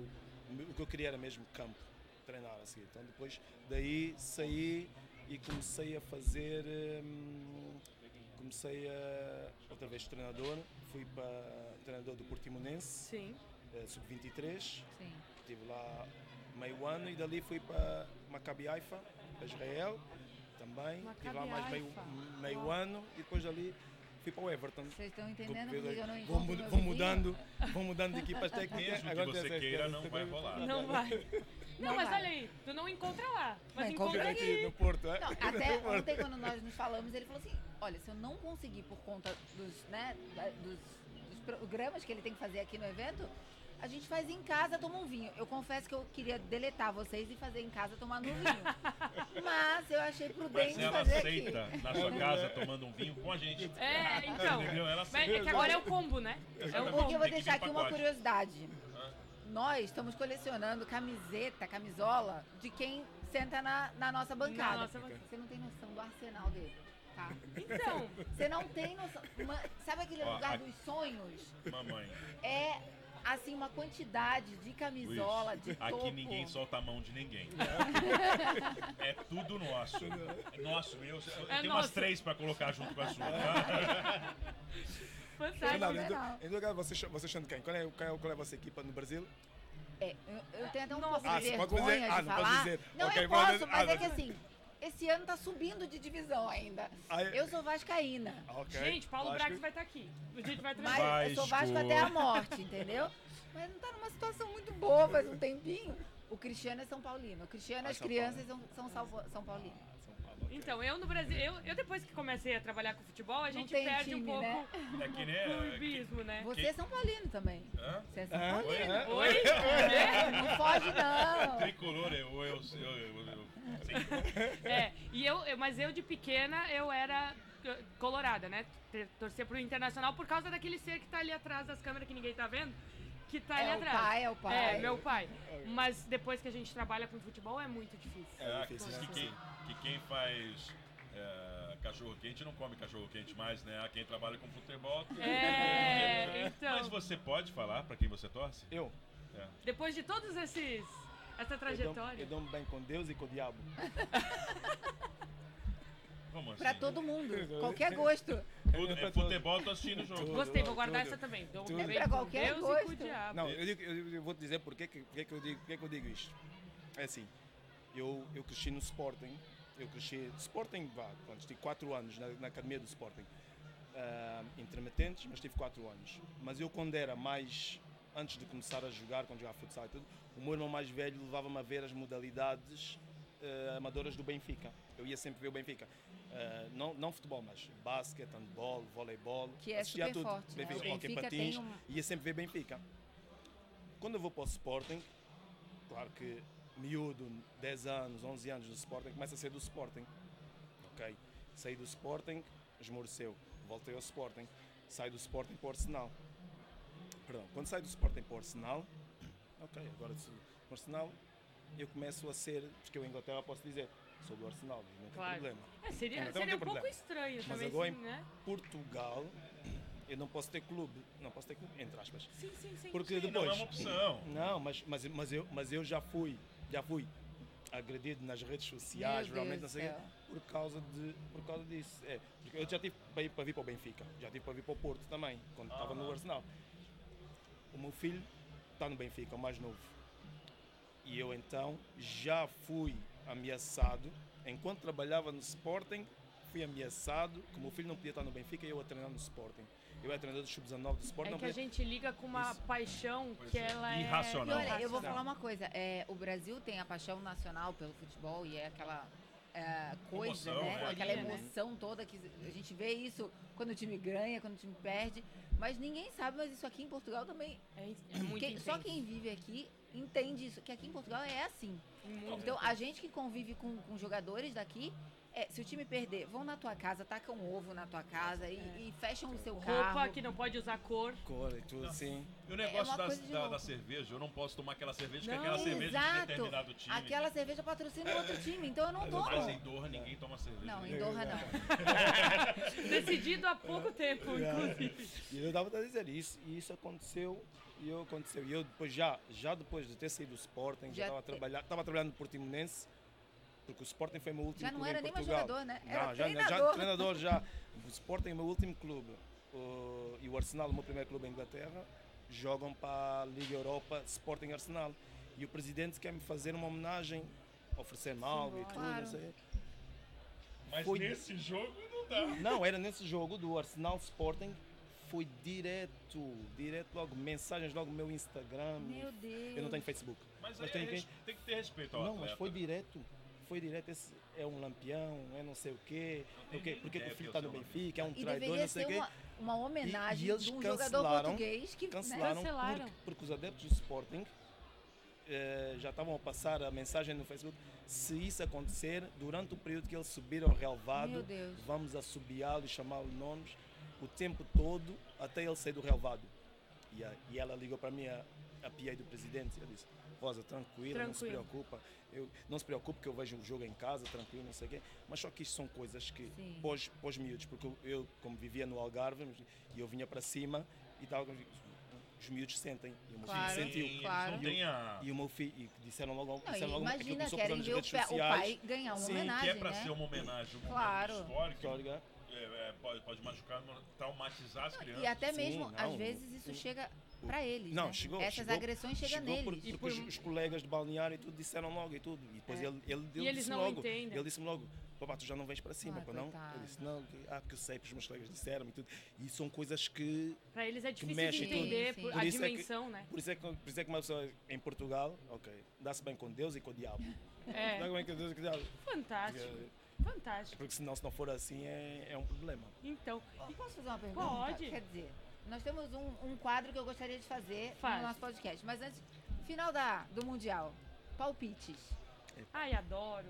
Speaker 4: o meu- o que eu queria era mesmo campo, treinar a seguir. Então depois daí saí e comecei a fazer, hum, comecei a, outra vez treinador, fui para treinador do Portimonense,
Speaker 2: Sim.
Speaker 4: eh, sub-23,
Speaker 1: Sim.
Speaker 4: estive lá meio ano e dali fui para Maccabi Haifa, para Israel, também, estive lá
Speaker 2: Maccabi
Speaker 4: mais meio,
Speaker 2: Haifa.
Speaker 4: meio
Speaker 2: Uau.
Speaker 4: ano e depois dali fui para o Everton.
Speaker 1: Vocês estão
Speaker 4: Vou-
Speaker 1: entendendo
Speaker 4: vou-
Speaker 1: que eu não
Speaker 4: vou,
Speaker 1: encontro
Speaker 4: mu-
Speaker 1: meu
Speaker 4: vou
Speaker 1: vizinho?
Speaker 4: mudando, vou mudando de equipas
Speaker 3: Mesmo
Speaker 4: técnicas.
Speaker 3: que
Speaker 4: Agora tenho
Speaker 3: você
Speaker 4: certeza.
Speaker 3: queira, não vai rolar.
Speaker 4: Tá
Speaker 2: Não vai. Não,
Speaker 1: Não
Speaker 2: mas
Speaker 1: vai.
Speaker 2: olha aí, tu não encontra lá, mas
Speaker 1: Não
Speaker 2: encontra
Speaker 1: encontra
Speaker 2: aqui.
Speaker 4: Aqui no Porto, é?
Speaker 1: Não, até ontem quando nós nos falamos, ele falou assim, olha, se eu não conseguir por conta dos, né, da- dos, dos programas que ele tem que fazer aqui no evento, a gente faz em casa, toma um vinho. Eu confesso que eu queria deletar vocês e fazer em casa tomar no vinho. Mas eu achei prudente
Speaker 3: Mas ela
Speaker 1: fazer
Speaker 3: aceita
Speaker 1: aqui.
Speaker 3: na sua casa tomando um vinho com a gente.
Speaker 2: É, então.
Speaker 3: Entendeu? Ela
Speaker 2: Mas é
Speaker 3: aceita.
Speaker 2: que agora é o combo, né? É o
Speaker 3: Exatamente.
Speaker 2: combo.
Speaker 1: Porque um eu vou
Speaker 3: Tem que
Speaker 1: deixar
Speaker 3: vir
Speaker 1: aqui uma
Speaker 3: pacote.
Speaker 1: curiosidade.
Speaker 3: Ah.
Speaker 1: Nós estamos colecionando camiseta, camisola de quem senta na, na nossa bancada.
Speaker 2: nossa bancada.
Speaker 1: Você não tem noção do arsenal dele, tá?
Speaker 2: Então,
Speaker 1: Você não tem noção. Uma- sabe aquele
Speaker 3: Ó,
Speaker 1: lugar
Speaker 3: a-
Speaker 1: dos sonhos?
Speaker 3: Mamãe,
Speaker 1: É assim uma quantidade de
Speaker 3: Luiz,
Speaker 1: camisola, de topo.
Speaker 3: aqui ninguém solta a mão de ninguém. É tudo nosso. É nosso, eu, eu
Speaker 2: É
Speaker 3: tenho umas
Speaker 2: nosso.
Speaker 3: três pra colocar junto com a sua. tá?
Speaker 2: fantástico.
Speaker 1: Fernando.
Speaker 4: então, Em lugar, você, você chama de quem? Qual é, qual, é, qual é a vossa equipa no Brasil?
Speaker 1: É, eu, eu tenho até um
Speaker 2: Nossa.
Speaker 1: pouco de
Speaker 4: Ah, você
Speaker 1: vergonha
Speaker 4: pode dizer?
Speaker 1: de
Speaker 4: Ah, não pode
Speaker 1: falar.
Speaker 4: dizer.
Speaker 1: Não,
Speaker 4: Ok,
Speaker 1: eu
Speaker 4: vou
Speaker 1: posso,
Speaker 4: dizer-
Speaker 1: mas
Speaker 4: ah,
Speaker 1: é que
Speaker 4: mas-
Speaker 1: assim, esse ano tá subindo de divisão ainda.
Speaker 4: Ah, é-
Speaker 1: Eu sou vascaína.
Speaker 4: Ah, Ok.
Speaker 2: Gente, Paulo
Speaker 4: Vasco.
Speaker 2: Brax vai estar aqui. O dia que vai
Speaker 1: Mas
Speaker 2: trazer.
Speaker 1: eu sou Vasco
Speaker 3: Vasco.
Speaker 1: até a morte, entendeu? Mas não tá numa situação muito boa faz um tempinho. O Cristiano é São Paulino. O Cristiano,
Speaker 4: Ah,
Speaker 1: as
Speaker 4: São
Speaker 1: crianças são, são salvo- São Paulino.
Speaker 4: Ah, São Paulo, ok.
Speaker 2: Então, eu no Brasil, eu, eu depois que comecei a trabalhar com futebol, a
Speaker 1: Não
Speaker 2: gente
Speaker 1: tem
Speaker 2: perde um
Speaker 1: time,
Speaker 2: pouco
Speaker 1: né?
Speaker 3: É que nem.
Speaker 2: o
Speaker 3: é, que-
Speaker 2: clubismo, né?
Speaker 1: Você é São Paulino também.
Speaker 3: Hã?
Speaker 1: Você é São
Speaker 4: Ah,
Speaker 1: Paulino.
Speaker 4: é?
Speaker 2: Oi? É.
Speaker 1: Não foge, não.
Speaker 3: Tricolor, eu, eu, eu, eu, eu, eu- sim.
Speaker 2: É, e eu, eu- mas eu de pequena eu era eh, colorada, né? Te- Torcer pro Internacional por causa daquele ser que tá ali atrás das câmeras que ninguém tá vendo, que tá ali
Speaker 1: É o
Speaker 2: atrás.
Speaker 1: pai, é o pai.
Speaker 2: É, meu pai. Mas depois que a gente trabalha com futebol é muito difícil.
Speaker 4: É
Speaker 3: Ah, que,
Speaker 4: difícil, né?
Speaker 3: que quem, que quem faz é, cachorro quente não come cachorro quente mais, né? Ah, Quem trabalha com futebol. tem-
Speaker 2: É,
Speaker 3: Mas
Speaker 2: então,
Speaker 3: você pode falar pra quem você torce?
Speaker 4: Eu,
Speaker 3: É.
Speaker 2: depois de todos esses essa
Speaker 4: eu dou-
Speaker 2: trajetória.
Speaker 4: eu dou-me bem com Deus e com o diabo.
Speaker 3: Como assim?
Speaker 1: Pra todo mundo. Qualquer gosto.
Speaker 3: Tudo, é futebol, eu tô assistindo o jogo.
Speaker 2: Gostei, vou
Speaker 4: Tudo,
Speaker 2: guardar
Speaker 4: tudo.
Speaker 2: essa também. Dou
Speaker 4: Tudo.
Speaker 2: bem
Speaker 4: É
Speaker 1: pra
Speaker 2: com
Speaker 1: qualquer
Speaker 2: Deus e com
Speaker 1: gosto.
Speaker 2: o diabo.
Speaker 4: Não, eu, digo- eu- eu vou te dizer porque é que, porque que eu digo, porque que eu digo isto. É assim, eu, eu cresci no Sporting, eu cresci Sporting, vá, pronto, tive 4 anos na, na academia do Sporting. Ah, intermitentes, mas tive 4 anos. Mas eu quando era mais, antes de começar a jogar, quando jogava futsal e tudo, o meu irmão mais velho levava-me a ver as modalidades ah, amadoras do Benfica. Eu ia sempre ver o Benfica. Ah, não, não futebol, mas basquete, handball, voleibol.
Speaker 1: Que é
Speaker 4: assistia a
Speaker 1: super
Speaker 4: tudo.
Speaker 1: forte, né? O
Speaker 4: Benfica, hockey,
Speaker 1: Benfica tem
Speaker 4: patins,
Speaker 1: uma-
Speaker 4: ia sempre ver Benfica. Quando eu vou para o Sporting, claro que miúdo, 10 anos, 11 anos do Sporting, começa a ser do Sporting. Ok? Saí do Sporting, esmoreceu. Voltei ao Sporting. Saí do Sporting para o Arsenal. Perdão, quando saí do Sporting para o Arsenal, ok, agora sou do Arsenal, eu começo a ser, porque eu em Inglaterra posso dizer, sou do Arsenal, não tem
Speaker 2: Claro.
Speaker 4: problema.
Speaker 2: É, seria
Speaker 4: Então não
Speaker 2: seria
Speaker 4: tem
Speaker 2: um pouco
Speaker 4: problema.
Speaker 2: estranho
Speaker 4: Mas
Speaker 2: também,
Speaker 4: agora
Speaker 2: sim,
Speaker 4: em-
Speaker 2: né?
Speaker 4: Portugal, eu não posso ter clube, não posso ter clube, entre aspas.
Speaker 2: Sim, sim, sim.
Speaker 4: Porque
Speaker 3: Sim, Não
Speaker 4: depois,
Speaker 3: é uma opção.
Speaker 4: Não, mas, mas, mas, eu, mas eu já fui, já fui agredido nas redes sociais,
Speaker 1: Meu
Speaker 4: realmente, não
Speaker 1: Deus do
Speaker 4: sei o quê, por causa de por causa disso. É, porque eu já tive para ir para vir para o Benfica, já tive para vir para o Porto também, quando estava no Arsenal. O meu filho está no Benfica, o mais novo. E eu então já fui ameaçado, enquanto trabalhava no Sporting, fui ameaçado que o meu filho não podia estar no Benfica e eu a treinar no Sporting. Eu era treinador do Sub-19 do Sporting,
Speaker 2: É
Speaker 4: não
Speaker 2: que a
Speaker 4: podia
Speaker 2: gente liga com uma
Speaker 4: Isso.
Speaker 2: paixão
Speaker 3: Pois
Speaker 2: que
Speaker 3: é.
Speaker 2: ela é...
Speaker 3: Irracional.
Speaker 1: E olha, eu vou
Speaker 4: Não.
Speaker 1: falar uma coisa. é, o Brasil tem a paixão nacional pelo futebol e é aquela é, coisa,
Speaker 3: Emoção,
Speaker 1: né?
Speaker 3: né?
Speaker 1: Aquela
Speaker 2: Bolinha, né?
Speaker 1: emoção toda que a gente vê isso quando o time ganha, quando o time perde. Mas ninguém sabe, mas isso aqui em Portugal também.
Speaker 2: É, in- é muito
Speaker 1: quem- só
Speaker 2: intenso.
Speaker 1: quem vive aqui entende isso, que aqui em Portugal é assim.
Speaker 2: Muito.
Speaker 1: Então, a gente que convive com, com jogadores daqui, é, se o time perder, vão na tua casa, tacam um ovo na tua casa e, e fecham o seu carro.
Speaker 2: É. Roupa que não pode usar cor.
Speaker 4: cor e tudo assim.
Speaker 3: E o negócio
Speaker 1: É uma
Speaker 3: da,
Speaker 1: coisa de
Speaker 3: da-
Speaker 1: louco.
Speaker 3: da cerveja, eu não posso tomar aquela cerveja, porque
Speaker 2: Não,
Speaker 3: aquela cerveja é de
Speaker 1: Exato.
Speaker 3: determinado time.
Speaker 1: Aquela cerveja patrocina o outro time, então eu não tomo.
Speaker 3: Mas em Doha ninguém toma cerveja.
Speaker 1: Não,
Speaker 3: né?
Speaker 1: em Doha não.
Speaker 2: Decidido há
Speaker 4: É.
Speaker 2: pouco tempo, inclusive.
Speaker 4: E eu estava a dizer isso, e isso aconteceu, e eu aconteceu. E eu depois já, já depois de ter saído do Sporting, já
Speaker 1: Já
Speaker 4: estava a
Speaker 1: te-
Speaker 4: trabalhar, estava trabalhando no Portimonense, porque o Sporting foi o meu último
Speaker 1: Já não
Speaker 4: clube
Speaker 1: era
Speaker 4: em
Speaker 1: nem mais
Speaker 4: Portugal.
Speaker 1: jogador, né? Era
Speaker 4: já,
Speaker 1: treinador.
Speaker 4: já treinador já. O Sporting é o meu último clube. O- e o Arsenal, o meu primeiro clube em Inglaterra, jogam para a Liga Europa Sporting Arsenal. E o presidente quer me fazer uma homenagem, oferecer-me algo e tudo,
Speaker 1: Claro.
Speaker 4: não sei.
Speaker 3: Mas
Speaker 4: Foi-
Speaker 3: nesse jogo não dá.
Speaker 4: Não, era nesse jogo do Arsenal Sporting. Foi direto, direto logo, mensagens logo no meu Instagram.
Speaker 1: Meu Deus.
Speaker 4: Eu não tenho Facebook.
Speaker 3: Mas,
Speaker 4: Mas
Speaker 3: é
Speaker 4: tem
Speaker 3: res-
Speaker 4: quem-
Speaker 3: tem que ter respeito ao
Speaker 4: Não,
Speaker 3: atleta. né?
Speaker 4: mas foi direto. Foi direto. Esse é um lampião, é não sei o quê.
Speaker 3: Não tem
Speaker 4: O quê?
Speaker 3: nem
Speaker 4: Porque que
Speaker 3: ideia
Speaker 4: o filho
Speaker 3: que eu
Speaker 4: tá no
Speaker 3: sou, né?
Speaker 4: Benfica, é um
Speaker 1: E
Speaker 4: traidor, não
Speaker 1: deveria
Speaker 4: sei
Speaker 1: ser
Speaker 4: o quê.
Speaker 1: uma, uma homenagem
Speaker 4: eles
Speaker 1: de um jogador
Speaker 4: cancelaram-
Speaker 1: português que. né?
Speaker 4: Cancelaram,
Speaker 2: Cancelaram.
Speaker 4: Porque, porque os adeptos do Sporting eh, já estavam a passar a mensagem no Facebook. Se isso acontecer, durante o período que ele subir ao relvado,
Speaker 1: Meu Deus.
Speaker 4: vamos assobiá-lo e chamá-lo nomes o tempo todo até ele sair do relvado. E, a- e ela ligou para mim, a, a PA do presidente, e eu disse, Rosa, tranquila, não se
Speaker 2: Tranquilo.
Speaker 4: preocupa. Eu, não se preocupe que eu vejo o jogo em casa, tranquilo, não sei o quê. Mas só que isto são coisas que,
Speaker 1: Sim.
Speaker 4: pós, pós miúdos, porque eu, eu, como vivia no Algarve, e eu vinha para cima e tal, os miúdos sentem. E o meu
Speaker 1: Claro.
Speaker 4: filho sentiu.
Speaker 3: Sim,
Speaker 1: claro.
Speaker 3: Não tem a...
Speaker 4: E o meu filho, e disseram logo,
Speaker 1: Não,
Speaker 4: disseram
Speaker 1: e
Speaker 4: logo aquilo
Speaker 1: imagina,
Speaker 4: começou a passar
Speaker 1: querem
Speaker 4: nas
Speaker 1: ver o,
Speaker 4: redes
Speaker 1: pé- o
Speaker 4: sociais.
Speaker 1: pai ganhar uma
Speaker 4: Sim,
Speaker 1: homenagem,
Speaker 3: que é pra
Speaker 1: né?
Speaker 3: ser uma homenagem, um momento
Speaker 1: Claro.
Speaker 3: histórico.
Speaker 4: Histórica.
Speaker 3: É, é, pode, pode machucar, traumatizar as crianças.
Speaker 1: E até
Speaker 4: Sim,
Speaker 1: mesmo, às
Speaker 4: não,
Speaker 1: vezes, isso
Speaker 4: o-
Speaker 1: chega pra eles.
Speaker 4: Não,
Speaker 1: né?
Speaker 4: chegou.
Speaker 1: Essas
Speaker 4: chegou-
Speaker 1: agressões chegam
Speaker 4: chegou
Speaker 1: neles.
Speaker 4: por- Porque,
Speaker 2: E por-
Speaker 4: os, os colegas de balneário e tudo disseram logo e tudo. E depois
Speaker 1: É.
Speaker 4: ele, ele, ele
Speaker 2: eles
Speaker 4: disse
Speaker 2: não
Speaker 4: logo.
Speaker 2: entendem.
Speaker 4: Ele disse-me logo, papá, tu já não vens para cima,
Speaker 1: Ai,
Speaker 4: pá, não?
Speaker 1: coitado.
Speaker 4: Eu disse, não, que- ah, porque eu sei, porque os meus colegas disseram e tudo. E são coisas que.
Speaker 2: Pra eles é difícil de
Speaker 4: mexe
Speaker 1: tudo.
Speaker 2: entender
Speaker 1: Sim,
Speaker 2: por-
Speaker 1: sim.
Speaker 2: a
Speaker 4: Por isso é que-
Speaker 2: dimensão, né?
Speaker 4: Por isso, é que, por isso é que uma pessoa em Portugal, ok, dá-se bem com Deus e com o diabo.
Speaker 2: É,
Speaker 4: Dá-se bem com Deus e com o diabo.
Speaker 2: fantástico,
Speaker 4: Porque,
Speaker 2: fantástico.
Speaker 4: porque senão, se não for assim, é, é um problema.
Speaker 2: Então,
Speaker 1: Eu Posso fazer uma pergunta?
Speaker 2: Pode.
Speaker 1: Quer dizer, nós temos um, um quadro que eu gostaria de fazer
Speaker 2: Faz.
Speaker 1: no nosso podcast. Mas antes, final da, do Mundial, palpites.
Speaker 2: ai, adoro,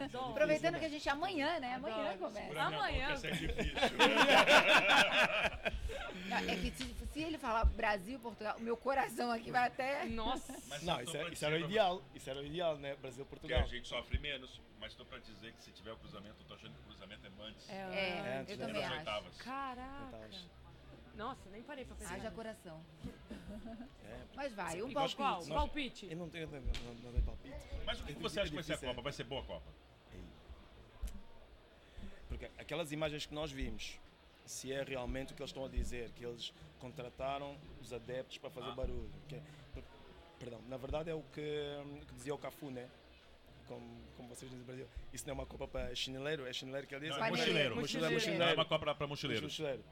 Speaker 2: adoro.
Speaker 1: Aproveitando que a gente amanhã, né? Amanhã
Speaker 2: Adoro.
Speaker 1: começa.
Speaker 3: Segura minha mão,
Speaker 2: Amanhã.
Speaker 3: que essa é difícil.
Speaker 1: Não, É que se, se ele falar Brasil, Portugal, o meu coração aqui vai até.
Speaker 2: Nossa,
Speaker 3: Mas
Speaker 4: Não,
Speaker 3: eu tô
Speaker 4: isso, é-
Speaker 3: pra
Speaker 4: isso era o
Speaker 3: dizer pra
Speaker 4: ideal. Isso era o ideal, né?
Speaker 3: Porque a
Speaker 4: Brasil-Portugal.
Speaker 3: gente sofre menos, mas tô pra dizer que se tiver o cruzamento, eu tô achando que o cruzamento é antes.
Speaker 1: É,
Speaker 4: antes,
Speaker 1: eu
Speaker 4: né?
Speaker 1: também
Speaker 3: nas
Speaker 1: acho.
Speaker 3: oitavas.
Speaker 2: caraca.
Speaker 4: Oitavas.
Speaker 2: Nossa, nem parei pra pensar.
Speaker 1: Haja coração.
Speaker 4: É.
Speaker 1: Mas vai, um
Speaker 4: E nós-
Speaker 2: Qual?
Speaker 1: palpite.
Speaker 4: nós-
Speaker 2: Palpite.
Speaker 4: Eu não tenho não, não, não dei palpite.
Speaker 3: Mas o que, que você acha que vai ser a Copa? Vai ser boa a Copa?
Speaker 4: Porque aquelas imagens que nós vimos, se é realmente o que eles estão a dizer, que eles contrataram os adeptos para fazer
Speaker 3: Ah.
Speaker 4: barulho. que é- per- perdão, na verdade é o que, hum, que dizia o Cafu, né? Como, como vocês dizem no Brasil, isso não é uma copa para chineleiro, é chineleiro que ele diz?
Speaker 3: Não, é mochileiro.
Speaker 1: Mochileiro,
Speaker 3: Não, é
Speaker 1: mochileiro.
Speaker 3: uma Copa para
Speaker 4: Os
Speaker 3: mochileiros.
Speaker 4: mochileiros.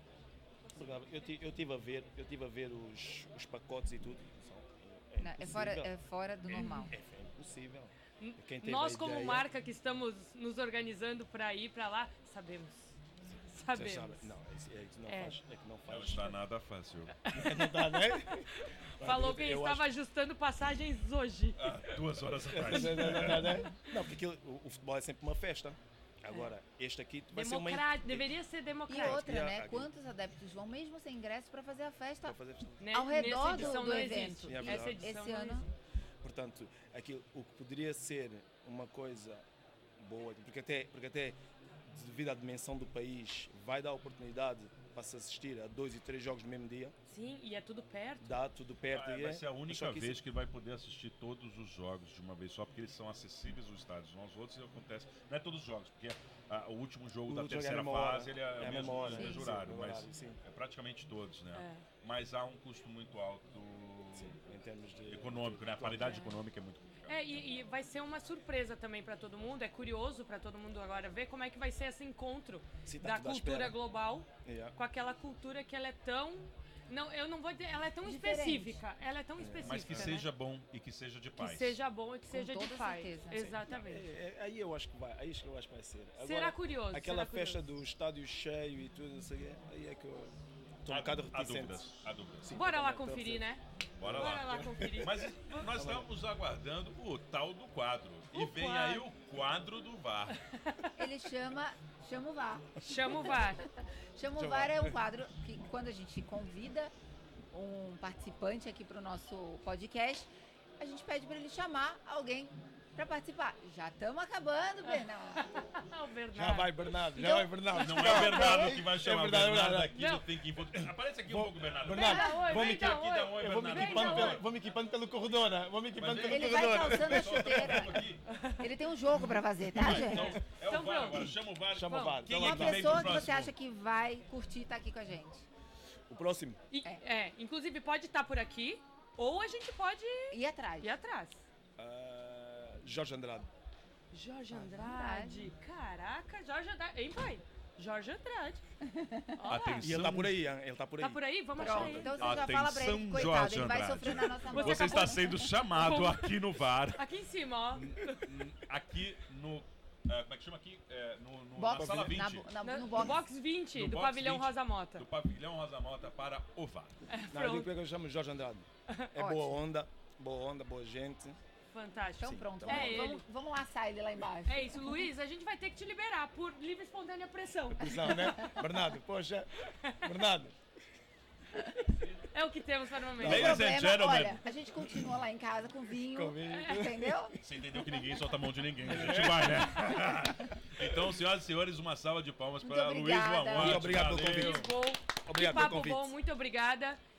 Speaker 4: Porque Eu ti- eu estive a ver, eu tive a ver os, os pacotes e tudo. São-
Speaker 1: Não, é, fora,
Speaker 4: impossível.
Speaker 1: é fora do normal.
Speaker 4: É, é impossível.
Speaker 2: N-
Speaker 4: Quem teve
Speaker 2: Nós,
Speaker 4: a
Speaker 2: como
Speaker 4: ideia-
Speaker 2: marca que estamos nos organizando pra ir pra lá, sabemos.
Speaker 4: Vocês sabem.
Speaker 2: Sabemos.
Speaker 4: Não, é, isso- é, isso não
Speaker 2: É.
Speaker 4: faz. É que não
Speaker 3: Não
Speaker 4: faz.
Speaker 3: está nada fácil.
Speaker 4: Não dá, né?
Speaker 2: Falou quem
Speaker 4: Eu
Speaker 2: estava ajustando passagens hoje.
Speaker 3: Ah, duas horas atrás.
Speaker 4: Não, não, não, não, não. Não, porque aquilo- o, o futebol é sempre uma festa. Agora, este aqui vai ser uma.
Speaker 2: É. Democrático. Deveria ser
Speaker 1: E
Speaker 2: democrático.
Speaker 1: outra, né?
Speaker 4: aqui.
Speaker 1: Quantos adeptos vão mesmo sem ingresso pra fazer a festa?
Speaker 4: Vai fazer-
Speaker 2: né?
Speaker 1: Ao
Speaker 2: Nessa
Speaker 1: redor do-
Speaker 2: edição
Speaker 1: do
Speaker 2: não
Speaker 1: evento.
Speaker 2: existe.
Speaker 4: É
Speaker 2: Essa
Speaker 4: verdade.
Speaker 2: edição
Speaker 1: Esse
Speaker 2: não
Speaker 1: ano-
Speaker 2: existe.
Speaker 4: Portanto, aquilo, o que poderia ser uma coisa boa, porque até, porque até devido à dimensão do país, vai dar oportunidade para se assistir a dois e três jogos no mesmo dia,
Speaker 2: Sim, e é tudo perto.
Speaker 4: dá tudo perto.
Speaker 3: Ah,
Speaker 4: e é,
Speaker 3: vai ser a
Speaker 4: mas
Speaker 3: única
Speaker 4: só que isso-
Speaker 3: vez que vai poder assistir todos os jogos de uma vez só, porque eles são acessíveis os estádios. Nos outros isso acontece. Não é todos os jogos, porque ah, o último jogo
Speaker 4: O
Speaker 3: da
Speaker 4: jogo é a
Speaker 3: terceira
Speaker 4: mesma hora.
Speaker 3: fase ele é,
Speaker 4: É a
Speaker 3: o
Speaker 4: mesma
Speaker 3: mesmo,
Speaker 4: hora,
Speaker 3: mesmo
Speaker 4: sim,
Speaker 3: horário,
Speaker 4: sim,
Speaker 3: mas
Speaker 4: horário, sim.
Speaker 3: é praticamente todos, né?
Speaker 2: É.
Speaker 3: Mas há um custo muito alto
Speaker 4: Sim, em termos de.
Speaker 3: econômico, né? A paridade econômica é muito complicada.
Speaker 2: É, e, e vai ser uma surpresa também pra todo mundo. É curioso pra todo mundo agora ver como é que vai ser esse encontro
Speaker 4: Sim, tá
Speaker 2: da
Speaker 4: tudo à
Speaker 2: cultura
Speaker 4: espera. É,
Speaker 2: global
Speaker 4: Yeah.
Speaker 2: com aquela cultura que ela é tão. Não, eu não vou dizer. Ela é tão
Speaker 1: Diferente.
Speaker 2: específica. Ela é tão específica.
Speaker 3: Mas que
Speaker 2: né?
Speaker 3: seja bom e que seja de
Speaker 2: Que
Speaker 3: paz.
Speaker 2: seja bom e que seja de
Speaker 1: toda
Speaker 2: paz.
Speaker 1: certeza.
Speaker 4: É,
Speaker 2: Exatamente.
Speaker 4: é, aí eu acho que vai, aí acho que eu acho que vai ser.
Speaker 2: será curioso.
Speaker 4: Aquela
Speaker 2: será curioso.
Speaker 4: festa do estádio cheio e tudo, não sei o quê, aí é que eu estou um
Speaker 3: Há,
Speaker 4: bocado
Speaker 3: há
Speaker 4: reticente.
Speaker 3: dúvidas, há dúvidas.
Speaker 4: Sim,
Speaker 2: Bora lá
Speaker 4: também,
Speaker 2: conferir,
Speaker 4: também.
Speaker 2: né?
Speaker 3: Bora lá.
Speaker 2: Bora lá conferir.
Speaker 3: Mas nós estamos aguardando o tal do quadro. e
Speaker 2: O
Speaker 3: vem
Speaker 2: quadro.
Speaker 3: aí o quadro do VAR.
Speaker 1: Ele chama. Chama o VAR.
Speaker 2: Chama o VAR.
Speaker 1: Chama o VAR é um quadro que quando a gente convida um participante aqui para o nosso podcast, a gente pede para ele chamar alguém para participar. Já estamos acabando, Bernardo.
Speaker 2: Ah, o Bernardo.
Speaker 4: Já vai, Bernardo, já
Speaker 1: Então-
Speaker 4: vai, Bernardo.
Speaker 3: Não é o Bernardo que vai chamar.
Speaker 4: É verdade,
Speaker 3: o
Speaker 4: é
Speaker 3: Bernardo
Speaker 4: verdade.
Speaker 3: aqui do
Speaker 2: Não.
Speaker 3: Thinking Podcast. Aparece aqui um
Speaker 4: Vou-
Speaker 3: pouco, Bernardo.
Speaker 4: Bernardo,
Speaker 2: Dá oi,
Speaker 4: vamos
Speaker 2: vem
Speaker 4: aqui-
Speaker 2: dar
Speaker 3: aqui dá um oi,
Speaker 4: Eu vou me
Speaker 3: Bernardo.
Speaker 4: equipando,
Speaker 2: Vem,
Speaker 4: pelo, vou me equipando pelo corredor, né? Vou me equipando
Speaker 3: Mas
Speaker 4: pelo
Speaker 1: Ele vai
Speaker 4: corredor.
Speaker 1: calçando a
Speaker 3: Pessoal, tá
Speaker 1: chuteira.
Speaker 3: aqui.
Speaker 1: Ele tem um jogo para fazer, tá,
Speaker 3: Vai, então,
Speaker 1: gente?
Speaker 3: é o
Speaker 2: Então
Speaker 3: VAR
Speaker 2: pronto.
Speaker 3: agora. Chama o VAR.
Speaker 4: Chama o
Speaker 2: Vamos.
Speaker 4: VAR. Tá
Speaker 3: Quem
Speaker 4: dá lá
Speaker 1: Uma
Speaker 3: é que
Speaker 4: atrás.
Speaker 3: vem pro
Speaker 1: pessoa que você
Speaker 3: próximo?
Speaker 1: acha que vai curtir estar aqui com a gente.
Speaker 4: O próximo.
Speaker 2: E- é. inclusive pode estar por aqui ou a gente pode
Speaker 1: E atrás.
Speaker 2: ir atrás.
Speaker 4: ah, Jorge Andrade.
Speaker 2: Jorge Andrade. Ah, Caraca, Jorge Andrade. Hein, pai? Jorge Andrade. Olha lá.
Speaker 3: Atenção.
Speaker 4: E ele está por aí, hein? ele está por aí.
Speaker 2: Tá por aí? Vamos achar
Speaker 1: Pronto,
Speaker 2: ele.
Speaker 1: então você já fala pra ele,
Speaker 3: Atenção,
Speaker 1: coitado,
Speaker 3: Jorge
Speaker 1: ele vai
Speaker 3: Andrade.
Speaker 1: sofrer na nossa mão.
Speaker 3: Você está sendo chamado aqui no VAR.
Speaker 2: Aqui em cima, ó.
Speaker 3: Aqui no... ah, como é que chama aqui? É, no, no-
Speaker 1: Box,
Speaker 3: na sala
Speaker 1: né? na
Speaker 3: 20.
Speaker 1: bo- na-
Speaker 2: No,
Speaker 1: no
Speaker 2: box.
Speaker 1: box.
Speaker 2: 20
Speaker 3: No
Speaker 2: do
Speaker 3: box
Speaker 2: pavilhão
Speaker 3: 20
Speaker 2: Rosa Mota.
Speaker 3: Do pavilhão Rosa Mota para o VAR.
Speaker 4: Não, eu
Speaker 2: Pronto.
Speaker 4: digo que eu chamo Jorge Andrade. É
Speaker 1: Ótimo.
Speaker 4: boa onda, boa onda, boa gente.
Speaker 2: Fantástico.
Speaker 1: Então pronto,
Speaker 4: então
Speaker 1: vamos,
Speaker 2: é
Speaker 1: vamos, vamos laçar ele lá embaixo.
Speaker 2: É isso, Luiz, a gente vai ter que te liberar por livre e espontânea pressão.
Speaker 4: Prisão, né? Bernardo, poxa. Bernardo.
Speaker 2: É o que temos para o momento.
Speaker 3: Ladies and gentlemen.
Speaker 1: olha, a gente continua lá em casa com vinho,
Speaker 4: Com vinho.
Speaker 1: entendeu?
Speaker 3: Você entendeu que ninguém solta a mão de ninguém. A gente vai, né? Então, senhoras e senhores, uma salva de palmas
Speaker 1: Muito
Speaker 3: para Luiz
Speaker 1: obrigada.
Speaker 3: Valmonte.
Speaker 4: Muito obrigado pelo
Speaker 3: Valeu.
Speaker 4: convite.
Speaker 2: Que bom. que
Speaker 4: Obrigado pelo
Speaker 2: papo
Speaker 4: convite.
Speaker 2: bom, muito obrigada.